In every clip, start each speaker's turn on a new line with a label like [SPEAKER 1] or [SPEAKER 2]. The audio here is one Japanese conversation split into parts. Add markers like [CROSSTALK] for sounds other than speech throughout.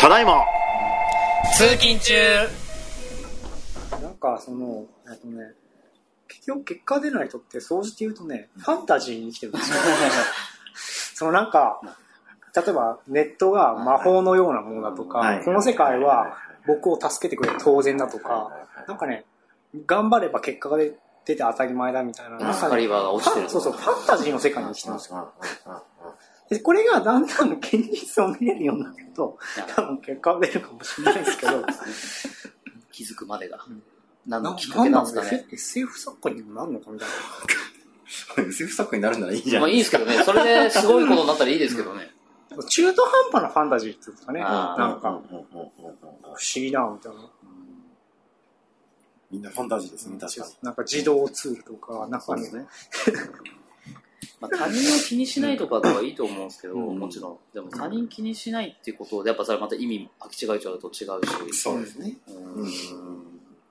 [SPEAKER 1] ただいま
[SPEAKER 2] 通勤中
[SPEAKER 3] なんかその、えっとね、結局結果出ない人って総じて言うとね、ファンタジーに生きてるんです
[SPEAKER 4] [LAUGHS]
[SPEAKER 3] よ。そのなんか、例えばネットが魔法のようなものだと
[SPEAKER 1] は
[SPEAKER 3] か
[SPEAKER 1] い、
[SPEAKER 3] この世界は僕を助けてくれて当然だとか、なんかね、頑張れば結果が出て当たり前だみたいな。なんかね
[SPEAKER 4] 光が落ちてる
[SPEAKER 3] そうそう、ファンタジーの世界に生きてるんですよ。
[SPEAKER 4] う
[SPEAKER 3] で、これがだんだん現実を見れるようになると、多分結果が出るかもしれないですけど、
[SPEAKER 4] ん気づくまでが
[SPEAKER 3] ん
[SPEAKER 4] [LAUGHS] 何
[SPEAKER 3] な
[SPEAKER 4] のきっかけなんですかね
[SPEAKER 3] SF 作家にもなるのかみたいな。
[SPEAKER 1] SF 作家になるならいいじゃん
[SPEAKER 4] まあいいですけどねそれですごいことになったらいいですけどね
[SPEAKER 3] 中途半端なファンタジーっていうんですかね。
[SPEAKER 4] あー
[SPEAKER 3] なんか、不
[SPEAKER 1] う
[SPEAKER 3] 思
[SPEAKER 1] んうんうんうんうん
[SPEAKER 3] 議な、みたいな。
[SPEAKER 1] みんなファンタジーですね確か
[SPEAKER 3] なんか自動ツールとか、なんかね、
[SPEAKER 4] まあ、他人を気にしないとかとはいいと思うんですけど、
[SPEAKER 1] うん
[SPEAKER 4] もちろん。でも他人気にしないっていうことで、やっぱそれまた意味履き違えちゃうと違う
[SPEAKER 1] に
[SPEAKER 4] し。
[SPEAKER 1] そうですね
[SPEAKER 4] う
[SPEAKER 1] うんん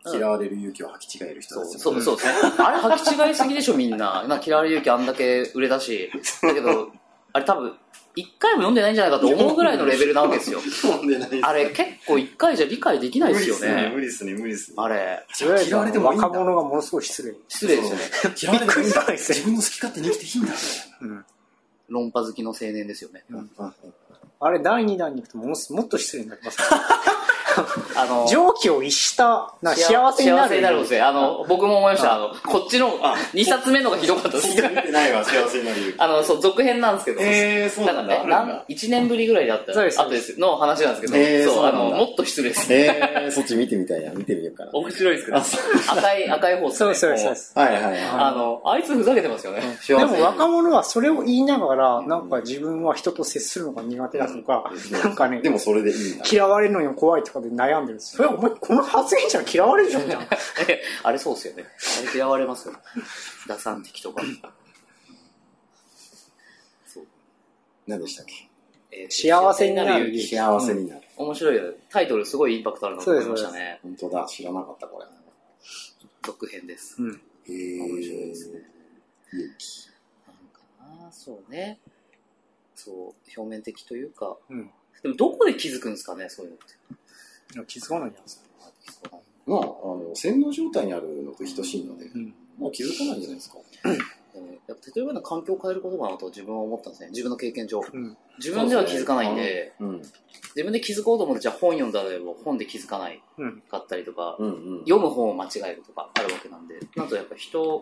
[SPEAKER 1] 嫌われる勇気を吐き違える人
[SPEAKER 4] そ
[SPEAKER 1] た
[SPEAKER 4] う
[SPEAKER 1] ち
[SPEAKER 4] そうそうですね。あれ履き違えすぎでしょ、みんな。な嫌われる勇気あんだけ売れたし。だけど、あれ多分、一回も読んでないんじゃないかと思うぐらいのレベルなわけですよ。
[SPEAKER 1] 飲んでないです
[SPEAKER 4] あれ結構一回じゃ理解できないですよね。
[SPEAKER 1] 無理ですね無理ですね
[SPEAKER 4] あれ、
[SPEAKER 1] 無理ですね
[SPEAKER 3] い
[SPEAKER 1] 嫌
[SPEAKER 3] わ
[SPEAKER 1] われ
[SPEAKER 3] ゆる
[SPEAKER 1] てもいいん
[SPEAKER 3] 若
[SPEAKER 1] だ
[SPEAKER 3] 者がものすごい
[SPEAKER 1] [LAUGHS]
[SPEAKER 3] 失礼。
[SPEAKER 4] 失礼ですよね。
[SPEAKER 1] 嫌われてもいいんだ
[SPEAKER 3] びっくりした
[SPEAKER 1] 自分の好き勝手に生きていいんだ
[SPEAKER 3] うん。
[SPEAKER 4] 論破好きの青年ですよね。
[SPEAKER 3] あれ、第2弾に行くとものすもっと失礼になります。
[SPEAKER 4] あの、
[SPEAKER 3] 上気を逸した、なんか幸せにな
[SPEAKER 4] 幸せになるん
[SPEAKER 3] る
[SPEAKER 4] です。ね。あの、僕も思いました。あの、こっちの、あ、2冊目のがひどかったです。
[SPEAKER 1] 見てないわ幸せになる勇
[SPEAKER 4] あの、そう、続編なんですけど。
[SPEAKER 1] えーそうなんだ
[SPEAKER 4] ね、なん1年ぶりぐらいだった
[SPEAKER 3] そうです
[SPEAKER 4] 後ですの話なんですけど、
[SPEAKER 1] えー
[SPEAKER 4] そう
[SPEAKER 1] そう
[SPEAKER 4] あ
[SPEAKER 1] なんだ
[SPEAKER 4] の、もっと失礼ですね。
[SPEAKER 1] えーそっち見てみたいな見てみようかな
[SPEAKER 4] 面白いですけど
[SPEAKER 1] あそ、
[SPEAKER 4] 赤い、赤い方です
[SPEAKER 3] そう
[SPEAKER 4] ね。
[SPEAKER 3] そうそう
[SPEAKER 4] も
[SPEAKER 3] です。
[SPEAKER 1] はいはいはい
[SPEAKER 4] あの、あいつふざけてますよね。
[SPEAKER 3] でも若
[SPEAKER 4] 者
[SPEAKER 3] 者はそれを言いながら、なんか自分は人と接するのが苦手だとか、なんかね
[SPEAKER 1] で、もそれでいいんだ
[SPEAKER 3] 嫌われるのに怖いとかで悩んでるんですよ。それお前、この発言じゃ嫌われるじゃんみたいな。
[SPEAKER 1] [LAUGHS]
[SPEAKER 4] あれそうっすよね。あれ嫌われますよ。打算的とか。
[SPEAKER 1] 何でしたっけ
[SPEAKER 4] えー
[SPEAKER 3] 幸せになる勇気
[SPEAKER 1] 幸せになる
[SPEAKER 4] 面白いよね。タイトルすごいインパクトあるなと思いましたね。
[SPEAKER 1] 本当だ知らなかったこれ
[SPEAKER 4] 続編です。
[SPEAKER 3] う
[SPEAKER 1] へ
[SPEAKER 3] ん。
[SPEAKER 4] 面白いですね
[SPEAKER 1] え。勇気
[SPEAKER 4] なんかな、そうね。そう、表面的というか。
[SPEAKER 3] うん。
[SPEAKER 4] でもどこで気づくんですかね、そういうのって。
[SPEAKER 3] いや気づかないじゃないですか。
[SPEAKER 1] まああの洗脳状態にあるのと等しいので
[SPEAKER 3] うん。
[SPEAKER 1] もう気づかないんじゃないですか
[SPEAKER 4] でもやっぱ例えばの環境を変えることかなと自分は思ったんですね。自分の経験上。
[SPEAKER 3] うん。
[SPEAKER 4] 自分では気づかないんで、
[SPEAKER 1] うん
[SPEAKER 4] 自分で気づこうと思って、じゃあ本読んだらでも本で気づかない
[SPEAKER 3] うん。
[SPEAKER 4] かったりとか、
[SPEAKER 1] うんうん
[SPEAKER 4] 読む本を間違えるとかあるわけなんで、なんとやっぱ人、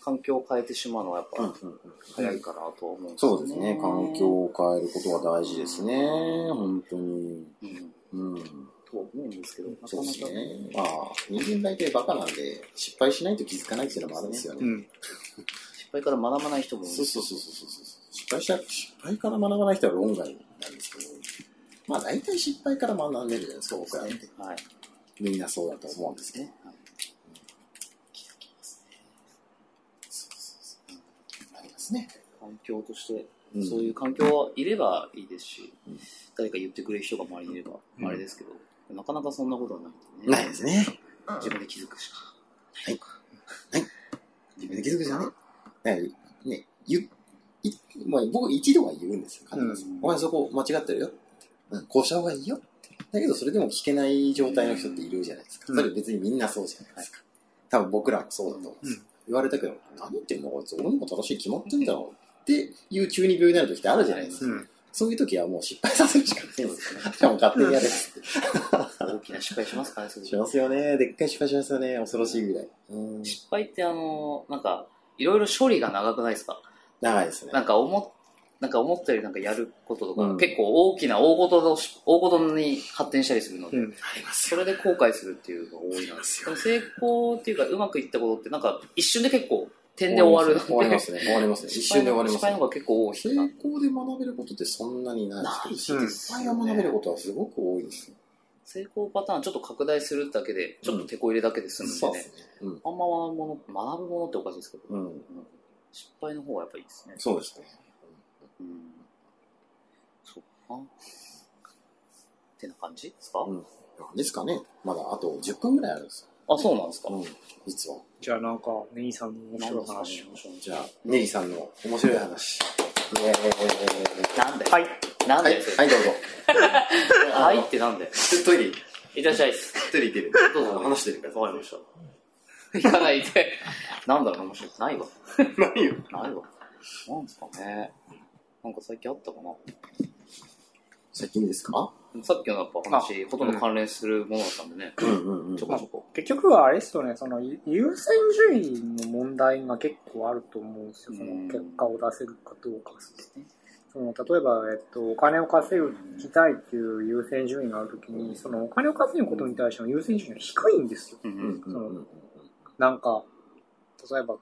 [SPEAKER 4] 環境を変えてしまうのはやっ
[SPEAKER 1] うんうん
[SPEAKER 4] ぱ
[SPEAKER 1] うん
[SPEAKER 4] 早いかなとは思うん
[SPEAKER 1] そうですね環境を変えることは大事ですね本当に
[SPEAKER 4] うん。
[SPEAKER 1] うん
[SPEAKER 4] とは思うんですけど、なか
[SPEAKER 1] そうです
[SPEAKER 4] なか。
[SPEAKER 1] ねまあ人間大体バカなんで失敗しないと気づかないっていうのもあるんですよ
[SPEAKER 3] う
[SPEAKER 1] ね
[SPEAKER 3] ん。
[SPEAKER 4] 失敗から学ばない人も多い
[SPEAKER 1] そうそうそうそうそうそう失敗した失敗から学ばない人は論外なんですけどまあ大体失敗から学んでるじゃないですか僕らって
[SPEAKER 4] はい。
[SPEAKER 1] みんなそうだと思うんですね
[SPEAKER 4] ね。はい
[SPEAKER 1] ありますね
[SPEAKER 4] 環境として、
[SPEAKER 1] うん
[SPEAKER 4] そういう環境はいればいいですし、誰か言ってくれる人が周りにいれば、
[SPEAKER 1] うん
[SPEAKER 4] あれですけど、なかなかそんなことはないんでね。
[SPEAKER 1] ないですね
[SPEAKER 4] 自分で気づくしか。
[SPEAKER 1] 自分で気づくじゃない。ね、ね、言、い、まあ、僕一度は言うんですよ、必ず。
[SPEAKER 3] うん
[SPEAKER 1] お前そこ間違ってるよ。うん、こうした方がいいよ。だけどそれでも聞けない状態の人っているじゃないですか。
[SPEAKER 3] うん
[SPEAKER 1] それ別にみんなそうじゃないですか。多分僕らもそうだと思うんですよ。言われたけど、何言ってんのこいつ、俺の方が正しいに決まってんだろう。っていう中二病になる時ってあるじゃないですか。
[SPEAKER 3] うん。
[SPEAKER 1] そういう時はもう失敗させるしかない
[SPEAKER 4] そう
[SPEAKER 1] で。
[SPEAKER 4] ですすね。
[SPEAKER 1] しかも勝手にやれって。
[SPEAKER 4] 大きな失敗しますかね、それ
[SPEAKER 1] しますよね。でっかい失敗しますよね。恐ろしいぐらい。うん。
[SPEAKER 4] 失敗ってあの、なんか、いろいろ処理が長くないですか
[SPEAKER 1] 長いですね。
[SPEAKER 4] なんか思っなんか思ったよりなんかやることとか、
[SPEAKER 1] うん
[SPEAKER 4] 結構大きな大事のし、大事に発展したりするので、
[SPEAKER 3] うん。
[SPEAKER 4] それで後悔するっていうのが多いな。でも成功っていうか、うまくいったことってなんか一瞬で結構点で終わる
[SPEAKER 1] 終わりますね。終わりますね。一瞬で終わりますね。
[SPEAKER 4] 失敗の方が結構多い
[SPEAKER 1] 成
[SPEAKER 4] な。
[SPEAKER 1] 功で学べることってそんなにない
[SPEAKER 4] ない
[SPEAKER 1] ですけど失敗が学べることはすごく多いですよ。
[SPEAKER 4] 成功パターンちょっと拡大するだけで、ちょっと手こ入れだけで済むんでね。
[SPEAKER 1] ね。うん。
[SPEAKER 4] あんま学ぶもの、学ぶものっておかしいですけど、
[SPEAKER 1] うん。
[SPEAKER 4] うん失敗の方がやっぱいいですね。
[SPEAKER 1] そうですね。
[SPEAKER 4] うん。そうかな。ってな感じですか、
[SPEAKER 1] うん。ですかね。まだあと10分ぐらいあるんです
[SPEAKER 4] あ、そうなんですか、
[SPEAKER 1] よ。うん。実は。
[SPEAKER 3] じゃあなんか、ネギさんの面
[SPEAKER 4] なん
[SPEAKER 3] 白い
[SPEAKER 4] ですかね
[SPEAKER 3] 話。
[SPEAKER 1] じゃあ、ネギさんの面白い話。イエーイ
[SPEAKER 4] なんだよ。
[SPEAKER 3] はい。
[SPEAKER 4] なん
[SPEAKER 1] は
[SPEAKER 4] だ
[SPEAKER 1] い
[SPEAKER 4] よ、それ。
[SPEAKER 1] はい、どうぞ。
[SPEAKER 4] あはいってなんで。
[SPEAKER 1] トイレ行
[SPEAKER 4] いらっしゃいっす。
[SPEAKER 1] トイレ行ってる。
[SPEAKER 4] どうぞ
[SPEAKER 1] 話してるから。
[SPEAKER 4] わかりました。行かないで。なんだろうな、面白い。
[SPEAKER 1] [LAUGHS]
[SPEAKER 4] ないわ。
[SPEAKER 1] 何よ。
[SPEAKER 4] ないわ。なんですかね。なんか最近あったかな。
[SPEAKER 1] 最近ですか
[SPEAKER 4] さっきのやっぱ話、ほとんど関連するものだったんでね。
[SPEAKER 1] うんうんうん
[SPEAKER 4] ちょこちょこ。
[SPEAKER 3] 結局はあれですよね、そのゆ優先順位の問題が結構あると思うんですよ、その
[SPEAKER 4] うん
[SPEAKER 3] 結果を出せるかどうか。その例えば、えっと、お金を稼ぎたいっていう優先順位があるときに、そのお金を稼ぐことに対しての優先順位が低いんですよ。
[SPEAKER 4] うんう。
[SPEAKER 1] うんんうんうんうん。
[SPEAKER 3] なんか、例えば、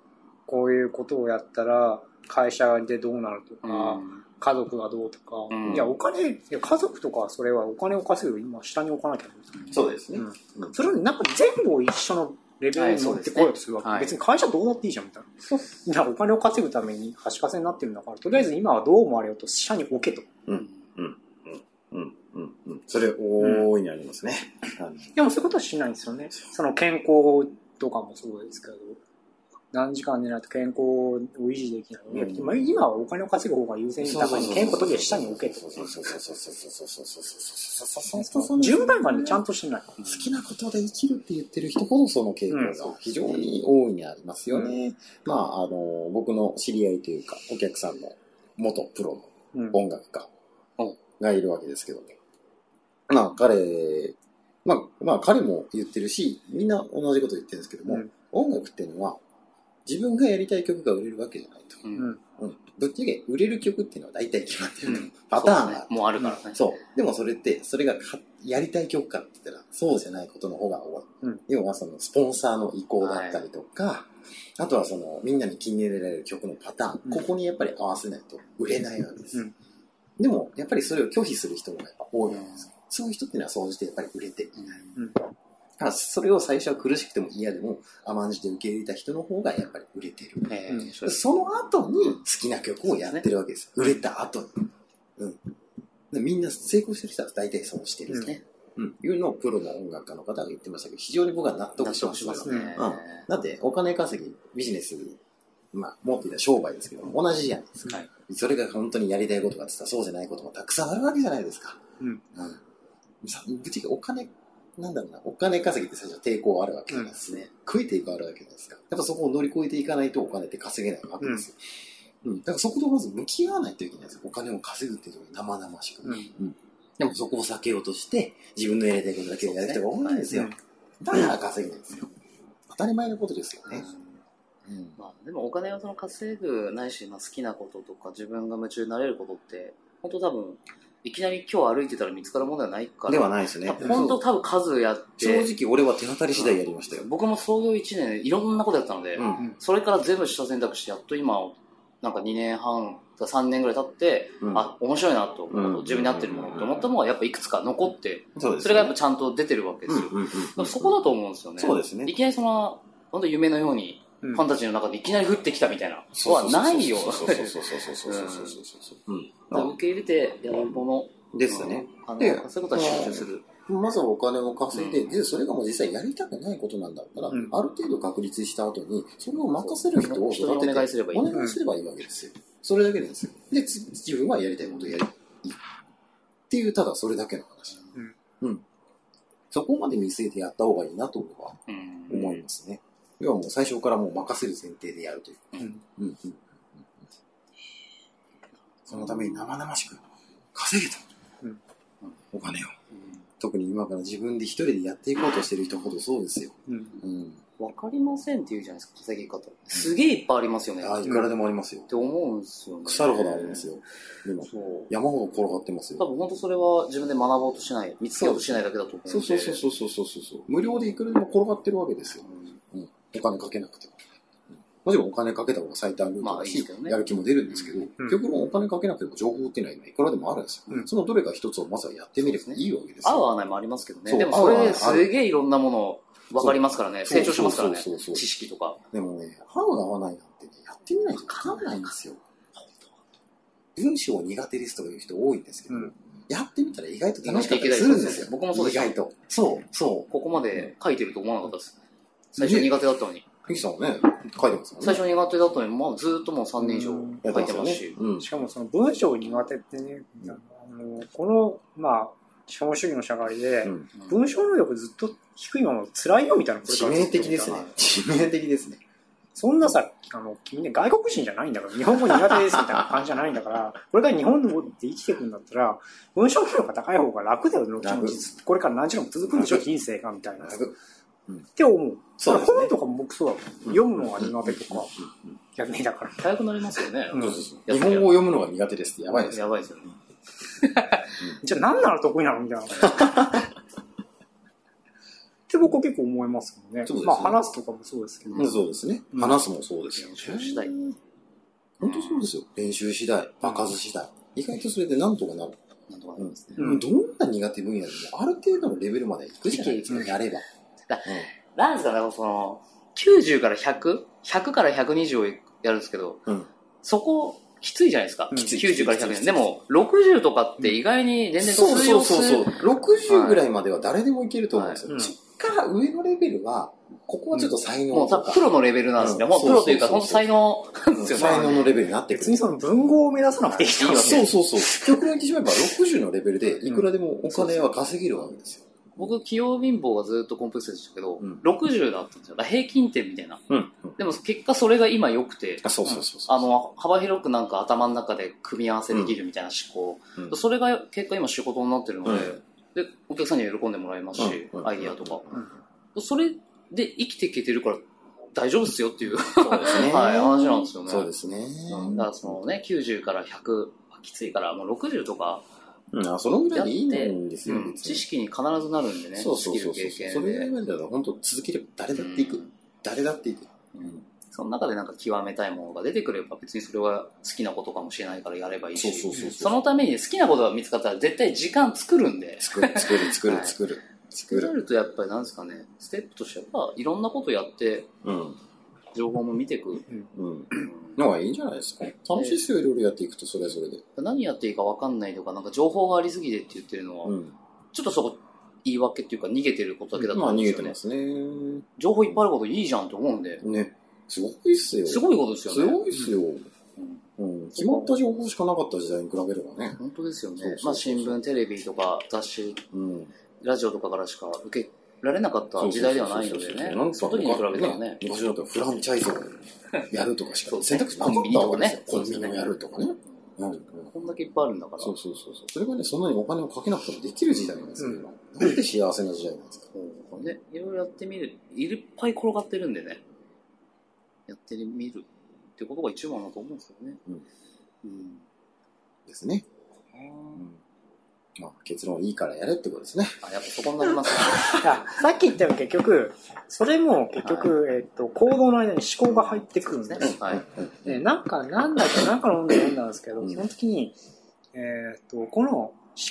[SPEAKER 3] こういうことをやったら、会社でどうなるとか、家族がどうとか、
[SPEAKER 4] うん
[SPEAKER 3] いや、お金、いや家族とかそれはお金を稼ぐより今下に置かなきゃいけない。
[SPEAKER 1] そうですね。
[SPEAKER 3] うん
[SPEAKER 1] うん
[SPEAKER 3] それをなんか全部を一緒のレベルに持ってこようとするわけ、
[SPEAKER 4] はいそうですね
[SPEAKER 3] 別に会社どうだっていいじゃんみたいななんかお金を稼ぐために端かせになってるんだからとりあえず今はどう思われようと社に置けと
[SPEAKER 1] うんうんうん。それ、大いにありますね。あの
[SPEAKER 3] でもそういうことはしないんですよねその健康とかもそうですけど何時間寝ないと健康を維持できない、
[SPEAKER 1] うん
[SPEAKER 3] 今今はお金を稼ぐ方が優先に高い健康とりあえず下に置けと
[SPEAKER 1] そうそうそうそうそうそうそうそうそうそう
[SPEAKER 3] 順番までちゃんとしてない、
[SPEAKER 1] 好きなことで生きるって言ってる人ほどその傾向が非常に大いにありますよね。まあ、あの、僕の知り合いというか、お客さんの元プロ
[SPEAKER 3] うん
[SPEAKER 1] の音楽家
[SPEAKER 4] うん
[SPEAKER 1] がいるわけですけどね。まあ、彼、まあ、まあ、彼も言ってるし、みんな同じこと言ってるんですけども、
[SPEAKER 3] うん
[SPEAKER 1] 音楽っていうのは、自分がやりたい曲が売れるわけじゃないと。
[SPEAKER 4] うん
[SPEAKER 3] うん
[SPEAKER 1] うん。ぶっちゃけ売れる曲っていうのは大体決まってると。
[SPEAKER 4] うん
[SPEAKER 1] パターンがある
[SPEAKER 4] そうですねもうあるからね。
[SPEAKER 1] そう。でもそれって、それがかやりたい曲かって言ったら、そうじゃないことの方が多い。
[SPEAKER 3] うん
[SPEAKER 1] 要はその、スポンサーの意向だったりとか、あとはその、みんなに気に入られる曲のパターン、
[SPEAKER 3] うん
[SPEAKER 1] ここにやっぱり合わせないと売れないわけです。
[SPEAKER 3] うん
[SPEAKER 1] でも、やっぱりそれを拒否する人がやっぱ多いわけです。
[SPEAKER 4] う
[SPEAKER 1] そういう人っていうのは、そうしてやっぱり売れていない。
[SPEAKER 3] うん
[SPEAKER 1] だからそれを最初は苦しくても嫌でも甘んじて受け入れた人の方がやっぱり売れてる。
[SPEAKER 4] ええ
[SPEAKER 3] うん
[SPEAKER 4] そうです
[SPEAKER 1] その後に好きな曲をやってるわけです。売れた後に。うん。でみんな成功してる人は大体そうしてる
[SPEAKER 3] うん
[SPEAKER 1] と、うん。いうのをプロの音楽家の方が言ってましたけど、非常に僕は納得し
[SPEAKER 4] 納
[SPEAKER 1] ま
[SPEAKER 4] 得
[SPEAKER 1] し。
[SPEAKER 4] したますね。
[SPEAKER 1] うんだって、お金稼ぎ、ビジネス、まあ、持っていた商売ですけども、同じじゃないですか。
[SPEAKER 4] はい
[SPEAKER 1] それが本当にやりたいことがあってたら、そうじゃないこともたくさんあるわけじゃないですか。
[SPEAKER 3] うん
[SPEAKER 1] うん。さぶっちゃけお金、なんだろうな、お金稼ぎって最初は抵抗あるわけじゃないですね。食いていくあるわけじゃないですか。やっぱそこを乗り越えていかないとお金って稼げないわけですよ。うん。だからそことまず向き合わないといけないです。お金を稼ぐっていうのが生々しく。
[SPEAKER 3] うん
[SPEAKER 1] でもそこを避けようとして、自分のやりたいことだけをやる人が多いんですよ。だから稼げないんですよ。当たり前のことですよね。うん。
[SPEAKER 4] まあ、でもお金をその稼ぐないし、まあ、好きなこととか自分が夢中になれることって本当多分いきなり今日歩いてたら見つかるものではないから
[SPEAKER 1] ではないですね。
[SPEAKER 4] 本当多分数やっ
[SPEAKER 1] 正
[SPEAKER 4] て
[SPEAKER 1] 直俺は手当たり次第やりましたよ。
[SPEAKER 4] 僕も創業1年いろんなことやったので、
[SPEAKER 1] うん。
[SPEAKER 4] それから全部下選択してやっと今なんか2年半か3年ぐらい経って、
[SPEAKER 1] うん
[SPEAKER 4] あ面白いなと、
[SPEAKER 1] うん
[SPEAKER 4] 自分に合ってるものと思ったものがやっぱいくつか残って
[SPEAKER 1] そうですね。
[SPEAKER 4] それがやっぱちゃんと出てるわけですよ、だか
[SPEAKER 1] うんうんう
[SPEAKER 4] ら
[SPEAKER 1] ん。
[SPEAKER 4] そこだと思うんですよね
[SPEAKER 1] そうですね
[SPEAKER 4] いきなりその本当夢のように
[SPEAKER 3] うん
[SPEAKER 4] ファンタジーの中でいきなり降ってきたみたいなのはないよ
[SPEAKER 1] そうそうそうそうそうそうそうそうそう。うん
[SPEAKER 4] 受け入れてやるも
[SPEAKER 1] うん。
[SPEAKER 4] の
[SPEAKER 1] ですね。
[SPEAKER 4] あの
[SPEAKER 1] で
[SPEAKER 4] そういうことは集中する
[SPEAKER 1] まずはお金を稼いで、で、それがもう実際やりたくないことなんだったら、
[SPEAKER 3] うん
[SPEAKER 1] ある程度確立した後に、それを任せる人を育てて、
[SPEAKER 4] 人にお願いすればいい
[SPEAKER 1] お願いすればいいわけですよ。それだけなんですよ。で、つ自分はやりたいことをやり、いいっていう、ただそれだけの話。うん。そこまで見据えてやった方がいいなと僕は
[SPEAKER 4] うん
[SPEAKER 1] 思いますね。要はもう最初からもう任せる前提でやるという。
[SPEAKER 3] うん
[SPEAKER 1] うんうんうん。そのために生々しく稼げと。
[SPEAKER 3] うん
[SPEAKER 1] お金を。特に今から自分で一人でやっていこうとしてる人ほどそうですよ。
[SPEAKER 3] うん
[SPEAKER 1] うん。
[SPEAKER 4] 分かりませんって言うじゃないですか稼ぎ方すげえいっぱいありますよね
[SPEAKER 1] ああ、い
[SPEAKER 4] っ
[SPEAKER 1] くらでもありますよ。
[SPEAKER 4] て思うんですよね
[SPEAKER 1] 腐るほどありますよ。でも、
[SPEAKER 4] そう
[SPEAKER 1] 山ほど転がってます
[SPEAKER 4] 多
[SPEAKER 1] よ。
[SPEAKER 4] 分本当それは自分で学ぼうとしない見つけようとしないだけだと思うんで
[SPEAKER 1] そうそうそうそうそうそうそう。無料でいくらでも転がってるわけですよ。お金かけなくても。もちろんお金かけた方が最短ルートだ
[SPEAKER 4] まあいいで
[SPEAKER 1] し
[SPEAKER 4] すけど、ね
[SPEAKER 1] やる気も出るんですけど、
[SPEAKER 3] うん
[SPEAKER 1] 結局お金かけなくても情報っていうのは今いくらでもあるんですよ。
[SPEAKER 3] うん
[SPEAKER 1] そのどれか一つをまずはやってみればいいわけです
[SPEAKER 4] 合う合
[SPEAKER 1] よ。
[SPEAKER 4] わないもありますけどね
[SPEAKER 1] そう
[SPEAKER 4] でもそれ
[SPEAKER 1] 合う合わな
[SPEAKER 4] で
[SPEAKER 1] い
[SPEAKER 4] すげえいろんなもの分かりますからね
[SPEAKER 1] そう
[SPEAKER 4] 成長しますからね
[SPEAKER 1] そうそうそうそう
[SPEAKER 4] 知識とか
[SPEAKER 1] でもね、歯が合わないなんてね、やってみないとわかんないんですよ。文章苦手ですとかいう人多いんですけど、
[SPEAKER 3] うん
[SPEAKER 1] やってみたら意外と楽しかったりするんですよ。
[SPEAKER 4] 僕もそうで
[SPEAKER 1] 意
[SPEAKER 4] した
[SPEAKER 1] 外と。そう、そう。
[SPEAKER 4] ここまで書いてると思わなかったです最初苦手だったのに
[SPEAKER 1] ゆきさんはね、書いてますもんね。
[SPEAKER 4] 最初苦手だったのに、まあ、ずーっともう3年以上
[SPEAKER 1] やっ
[SPEAKER 4] 書いてます
[SPEAKER 1] よ
[SPEAKER 4] し
[SPEAKER 1] ね。うん
[SPEAKER 3] しかもその文章苦手ってね、
[SPEAKER 1] うん
[SPEAKER 3] あのこの、まあ、資本主義の社会で、
[SPEAKER 1] うん
[SPEAKER 3] 文章能力ずっと低いまま辛いよみたいなこれ
[SPEAKER 1] 致
[SPEAKER 3] からずっ
[SPEAKER 1] 命
[SPEAKER 3] と
[SPEAKER 1] 的ですね。致命的ですね。
[SPEAKER 3] そんなさ、あの、君ね、外国人じゃないんだから、日本語苦手ですみたいな感じじゃないんだ
[SPEAKER 1] [LAUGHS]
[SPEAKER 3] から、これから日本で生きていくんだったら、文章機能が高い方が楽だよ、後々
[SPEAKER 1] 楽
[SPEAKER 3] これから何時間も続くんでしょ、
[SPEAKER 1] 楽
[SPEAKER 3] 人生が、みたいな。っ
[SPEAKER 1] 楽
[SPEAKER 3] て思う。
[SPEAKER 1] そうですね
[SPEAKER 3] 本とかも僕そうだもん。読むのが苦手とか、逆にだから。
[SPEAKER 4] 早くなりますよね。
[SPEAKER 3] うん
[SPEAKER 1] そうそうそう日本語を読むのが苦手ですってやばいですね。
[SPEAKER 4] やばいですよね。
[SPEAKER 3] じゃあ何なら得意なのみたいな。って僕は結構思いますけどね。
[SPEAKER 1] そうですね
[SPEAKER 3] まあ話すとかもそうですけど。
[SPEAKER 1] うんそうですね。
[SPEAKER 3] うん
[SPEAKER 1] 話すもそうですよ。
[SPEAKER 4] 練習次第
[SPEAKER 1] 本当そうですよ。練習次第、場数次第。意外とそれでなんとかなる。
[SPEAKER 4] なんとかなりますね。
[SPEAKER 3] うん
[SPEAKER 1] どんな苦手分野でも、ある程度のレベルまで行くじゃないです
[SPEAKER 3] う
[SPEAKER 1] か、
[SPEAKER 3] ん
[SPEAKER 1] やれば。
[SPEAKER 4] なんですかね、その、90から100、100から120をやるんですけど、
[SPEAKER 1] うん
[SPEAKER 4] そこ、きついじゃないですか。
[SPEAKER 3] うん
[SPEAKER 1] きつい
[SPEAKER 4] 90から
[SPEAKER 1] きついきつ
[SPEAKER 4] 100。
[SPEAKER 1] い
[SPEAKER 4] でも、60とかって意外に全然
[SPEAKER 1] そう
[SPEAKER 4] 通
[SPEAKER 1] そ
[SPEAKER 4] 用
[SPEAKER 1] う
[SPEAKER 4] す
[SPEAKER 1] そうそう。
[SPEAKER 4] る。
[SPEAKER 1] 60ぐらいまでは誰でもいけると思うんです
[SPEAKER 3] は
[SPEAKER 1] よ。
[SPEAKER 3] い
[SPEAKER 1] そっから上のレベルは、ここはちょっと才
[SPEAKER 4] も
[SPEAKER 1] 能
[SPEAKER 4] うさ
[SPEAKER 1] とか、
[SPEAKER 4] プロのレベルなんですね。
[SPEAKER 1] うん
[SPEAKER 4] もうプロというか、
[SPEAKER 1] そ
[SPEAKER 4] 本
[SPEAKER 1] う
[SPEAKER 4] 当
[SPEAKER 1] そう
[SPEAKER 4] 才能なんですよね。
[SPEAKER 1] 才能のレベルになってく
[SPEAKER 3] 別
[SPEAKER 1] る
[SPEAKER 3] に。その文豪を目指さなくていいわけ
[SPEAKER 1] そうそうそう。極論言ってしまえば、60のレベルで、いくらでもお金は稼げるわけですよ。
[SPEAKER 4] 僕、器用貧乏がずっとコンプレックスでしたけど、
[SPEAKER 1] うん
[SPEAKER 4] 60だったんですよ。だから平均点みたいな。
[SPEAKER 1] うん。
[SPEAKER 4] でも、結果それが今良くて、
[SPEAKER 1] あそうそうそうそう。
[SPEAKER 4] あの、幅広くなんか頭の中で組み合わせできるみたいな思考。
[SPEAKER 1] うん、
[SPEAKER 4] それが結果今仕事になってるので、
[SPEAKER 1] うん
[SPEAKER 4] で、お客さんには喜んでもらえますし、
[SPEAKER 1] うん
[SPEAKER 4] アイディアとか、
[SPEAKER 3] うん
[SPEAKER 4] それで生きていけてるから大丈夫っすよっていう、
[SPEAKER 1] そうですね。
[SPEAKER 4] はい、話なんですよね。
[SPEAKER 1] そうですね。
[SPEAKER 4] うんだからそのね、90から100、きついから、もう60とか、
[SPEAKER 1] うん、あそのぐらいでいいんですよ、
[SPEAKER 4] うん
[SPEAKER 1] 別
[SPEAKER 4] 知
[SPEAKER 1] に
[SPEAKER 4] 識に必ずなるんでね、
[SPEAKER 1] そうそうそう
[SPEAKER 4] ス
[SPEAKER 1] そう。
[SPEAKER 4] キル
[SPEAKER 1] そ
[SPEAKER 4] 経
[SPEAKER 1] れ
[SPEAKER 4] 験
[SPEAKER 1] ぐらい
[SPEAKER 4] で。
[SPEAKER 1] までだと、本当続ければ誰だっていく。
[SPEAKER 4] うん
[SPEAKER 1] 誰だっていく。
[SPEAKER 4] その中でなんか極めたいものが出てくれば別にそれは好きなことかもしれないからやればいい
[SPEAKER 1] そう
[SPEAKER 4] し
[SPEAKER 1] そうそうそう。
[SPEAKER 4] そのために好きなことが見つかったら絶対時間作るんで
[SPEAKER 1] 作る、作る、作
[SPEAKER 4] は
[SPEAKER 1] る、
[SPEAKER 4] い
[SPEAKER 1] 作る。
[SPEAKER 4] 作
[SPEAKER 1] 作
[SPEAKER 4] ら
[SPEAKER 1] る。
[SPEAKER 4] れるとやっぱりなんですかねステップとしてはいろんなことやって
[SPEAKER 1] うん。
[SPEAKER 4] 情報も見ていく、
[SPEAKER 1] うん。
[SPEAKER 4] うん
[SPEAKER 1] のがいいんじゃないですか。楽しいですよ、いろいろやっていくと、それはそれで。
[SPEAKER 4] 何やっていいか分かんないとかなんか情報がありすぎてって言ってるのは、
[SPEAKER 1] うん。
[SPEAKER 4] ちょっとそこ言い訳っていうか逃げてることだけだと
[SPEAKER 1] ま
[SPEAKER 4] 思
[SPEAKER 1] あ、
[SPEAKER 4] うん
[SPEAKER 1] 逃
[SPEAKER 4] で
[SPEAKER 1] げ
[SPEAKER 4] すよ
[SPEAKER 1] て
[SPEAKER 4] ね、
[SPEAKER 1] ますね。
[SPEAKER 4] 情報いっぱいあることいいじゃんと思うんで
[SPEAKER 1] ね。すごいっすよ。
[SPEAKER 4] すごいことですよね
[SPEAKER 1] すごいっすよ。
[SPEAKER 4] うん
[SPEAKER 1] うん。決まった情報しかなかった時代に比べればね。
[SPEAKER 4] 本当ですよね
[SPEAKER 1] そうそうそう
[SPEAKER 4] まあ、新聞テレビとか雑誌
[SPEAKER 1] うん。
[SPEAKER 4] ラジオとかからしか受けられなかった時代ではないのでね
[SPEAKER 1] なんか
[SPEAKER 4] その時に比べたらね
[SPEAKER 1] 昔だったらフランチャイズをやるとかし
[SPEAKER 4] そう
[SPEAKER 1] か
[SPEAKER 4] です
[SPEAKER 1] 選
[SPEAKER 4] ね
[SPEAKER 1] 択肢なかったわけですよ。
[SPEAKER 4] コ
[SPEAKER 1] コ
[SPEAKER 4] ン
[SPEAKER 1] ン
[SPEAKER 4] ビ
[SPEAKER 1] ビ
[SPEAKER 4] ニ
[SPEAKER 1] ニ
[SPEAKER 4] を
[SPEAKER 1] を
[SPEAKER 4] や
[SPEAKER 1] や
[SPEAKER 4] る
[SPEAKER 1] るとかね。うんうん
[SPEAKER 4] こんだけいっぱいあるんだから
[SPEAKER 1] そうそうそうそう。それがね、そんなにお金をかけなくてもできる時代なんですよ、
[SPEAKER 3] うん
[SPEAKER 1] 今。なんて幸せな時代なんですか。
[SPEAKER 4] うんね、いろいろやってみる、いっぱい転がってるんでね、やってみるってことが一番だと思うんですよね。
[SPEAKER 1] うん
[SPEAKER 4] うん。
[SPEAKER 1] ですね。まあ、結論いいからやれってことですね。
[SPEAKER 4] あ、やっぱそこになります
[SPEAKER 3] いやさっき言ったように結局、それも結局、えっと、行動の間に思考が入ってくるんです
[SPEAKER 4] ね
[SPEAKER 3] ね。。
[SPEAKER 4] はい。
[SPEAKER 3] で、なんか、なんだっけ、なんかの本で読んだんですけど、
[SPEAKER 1] うん
[SPEAKER 3] 基本的に、えっと、この思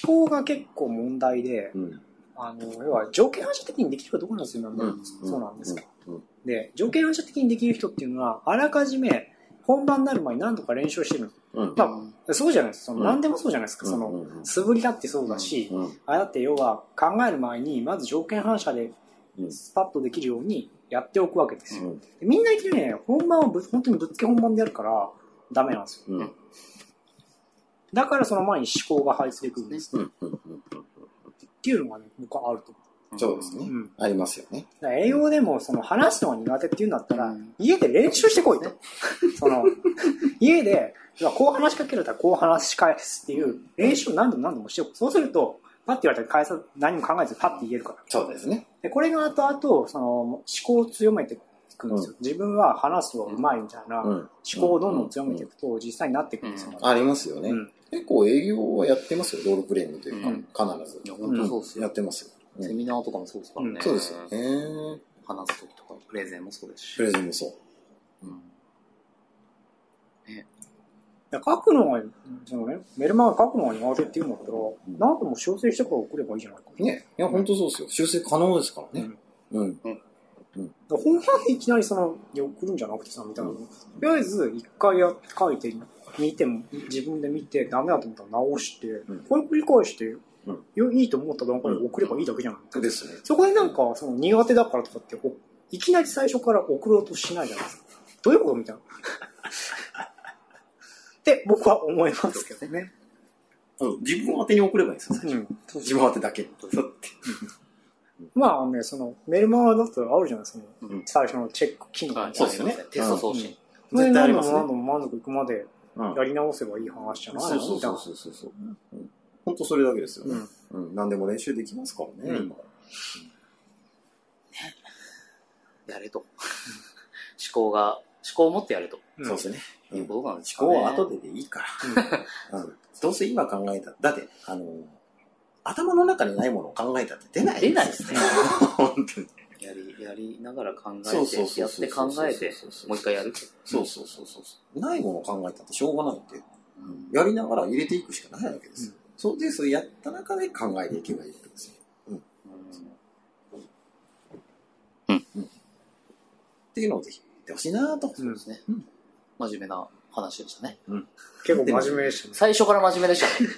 [SPEAKER 3] 考が結構問題で、
[SPEAKER 1] うん。
[SPEAKER 3] あの、要は条件反射的にできるかどうかなんですよ、今
[SPEAKER 1] うん
[SPEAKER 3] そうなんですか。
[SPEAKER 1] うん
[SPEAKER 3] で、条件反射的にできる人っていうのは、あらかじめ本番になる前に何度か練習してるんで
[SPEAKER 1] うん。
[SPEAKER 3] ますそうじゃないですか。その
[SPEAKER 1] うん
[SPEAKER 3] 何でもそうじゃないですか。そ
[SPEAKER 1] うん
[SPEAKER 3] の、
[SPEAKER 1] うんうん
[SPEAKER 3] 素振りだってそうだし、
[SPEAKER 1] うん
[SPEAKER 3] あれだって要は考える前にまず条件反射で
[SPEAKER 1] うん
[SPEAKER 3] スパッとできるようにやっておくわけですよ、
[SPEAKER 1] うん
[SPEAKER 3] でみんないきなりね本番をぶ本当にぶっつけ本番でやるからダメなんですよ
[SPEAKER 1] うん
[SPEAKER 3] だからその前に思考が入ってくるんです
[SPEAKER 1] うんうん
[SPEAKER 3] っていうのがね僕はあると思
[SPEAKER 1] うんそうです
[SPEAKER 3] う、
[SPEAKER 1] ね
[SPEAKER 3] う。ん、だ
[SPEAKER 1] ありますよね。
[SPEAKER 3] から栄養でもその話すのが苦手っていうんだったら、
[SPEAKER 4] うん
[SPEAKER 3] 家で練習してこいとその家で要はこう話しかけられたらこう話し返すっていう練習を何度も何度もしておくそうするとパッて言われたら返さ何も考えずパッて言えるから
[SPEAKER 1] そうですね。
[SPEAKER 3] で、これが後々、その、思考を強めていくんですよ。自分は話すのがうまいみたいな、
[SPEAKER 1] う
[SPEAKER 3] 思
[SPEAKER 1] ん。
[SPEAKER 3] 考をどんどん強めていくと、実際になっていくんですよ。
[SPEAKER 1] ありますよね。
[SPEAKER 3] うん
[SPEAKER 1] 結構営業はやってますよ、ロールプレイングというか、
[SPEAKER 4] うん
[SPEAKER 1] 必ず
[SPEAKER 4] いや、。本当そうっす
[SPEAKER 1] や
[SPEAKER 4] よ
[SPEAKER 1] っ、てますよ。うん
[SPEAKER 4] セミナーとかもそうですからね。
[SPEAKER 3] うん
[SPEAKER 1] そうですよね。
[SPEAKER 4] 話すときとか、プレゼンもそうですし。
[SPEAKER 1] プレゼンもそう。
[SPEAKER 4] うん
[SPEAKER 3] だから書くのが、そのね、メルマガ書くのが苦手っていうんだったら、何度も修正してから送ればいいじゃないか。
[SPEAKER 1] ね。いや、本当そうですよ。修正可能ですからね。うん。
[SPEAKER 3] だから本番でいきなりその、いや送るんじゃなくてさ、みたいな。とりあえず、一回や書いて、見ても、自分で見て、ダメだと思ったら直して、
[SPEAKER 1] ん
[SPEAKER 3] これ繰り返して、
[SPEAKER 1] うん
[SPEAKER 3] よいいと思った段階で送ればいいだけじゃない
[SPEAKER 1] ですね。
[SPEAKER 3] そこでなんか、その苦手だからとかって、おいきなり最初から送ろうとしないじゃないですか。どういうことみたいな。って僕は思いますけどね。
[SPEAKER 1] あの自分宛てに送ればいいんですよ、最初。
[SPEAKER 3] うん。
[SPEAKER 1] [LAUGHS] 自分宛てだけ。そうって。
[SPEAKER 3] まあね、その、メルマガだとあるじゃないですか。その
[SPEAKER 1] うん
[SPEAKER 3] 最初のチェック機能みたいな。
[SPEAKER 1] そうですよね
[SPEAKER 4] テスト送信。
[SPEAKER 1] 絶対ありますね
[SPEAKER 3] それで何度も何度も満足いくまで
[SPEAKER 1] うん
[SPEAKER 3] やり直せばいい話じゃない
[SPEAKER 1] そうそうそうそうそうそう。うん本当それだけですよね。
[SPEAKER 3] うん
[SPEAKER 1] うん、何でも練習できますからね、
[SPEAKER 3] うん
[SPEAKER 1] 今。
[SPEAKER 4] やれと。思 [LAUGHS] 考が、思考を持ってやれと。
[SPEAKER 3] うん
[SPEAKER 1] そうですね。
[SPEAKER 4] いう
[SPEAKER 1] 思
[SPEAKER 4] ことなんですかね。
[SPEAKER 1] 考は後ででいいから。うんどうせ今考えただって、あの、頭の中にないものを考えたって出ない
[SPEAKER 4] 出ないですね。
[SPEAKER 1] [LAUGHS] 本当に。
[SPEAKER 4] やり、やりながら考
[SPEAKER 1] そう
[SPEAKER 4] え
[SPEAKER 1] そう
[SPEAKER 4] て、
[SPEAKER 1] そう
[SPEAKER 4] やって考えて、もう一回やる。
[SPEAKER 1] そうそうそうそう。ないものを考えたってしょうがないんで、やりながら入れていくしかないわけですよ。そうで、それやった中で考えていけばいいわけですよ。っていうのをぜひ言ってほしいなと。
[SPEAKER 3] [LAUGHS] うん
[SPEAKER 4] ですね
[SPEAKER 1] うん。
[SPEAKER 4] 真面目な話でしたね。
[SPEAKER 3] 結構真面目で [LAUGHS] したね。
[SPEAKER 4] 最初から真面目でした
[SPEAKER 1] [LAUGHS]
[SPEAKER 4] ね。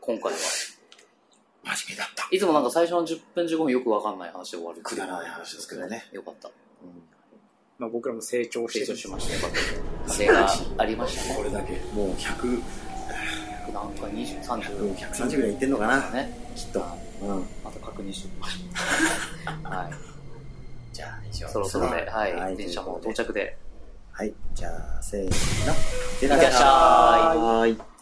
[SPEAKER 4] 今回は。
[SPEAKER 1] 真面目だった。
[SPEAKER 4] いつもなんか最初の10分15分よくわかんない話で終わる。
[SPEAKER 1] くだらない話ですけどね。
[SPEAKER 4] よかった。
[SPEAKER 3] まあ僕らも成長して
[SPEAKER 4] 成
[SPEAKER 3] る
[SPEAKER 4] 長しました。よかった。成果ありましたね。
[SPEAKER 1] これだけ、もう100、
[SPEAKER 4] なんか20、
[SPEAKER 1] うん
[SPEAKER 4] 30
[SPEAKER 1] 130ぐらいいってんのかな、
[SPEAKER 4] ね。
[SPEAKER 1] きっと。うん。
[SPEAKER 4] また確認しておきましょ
[SPEAKER 1] [LAUGHS]
[SPEAKER 4] う。はい。
[SPEAKER 1] じゃあ、以上
[SPEAKER 4] そろそろで、はい。
[SPEAKER 1] はい、
[SPEAKER 4] 電車も到着で。
[SPEAKER 1] はい、じゃあ、せーの。いって
[SPEAKER 4] いってらっしゃい
[SPEAKER 1] はい。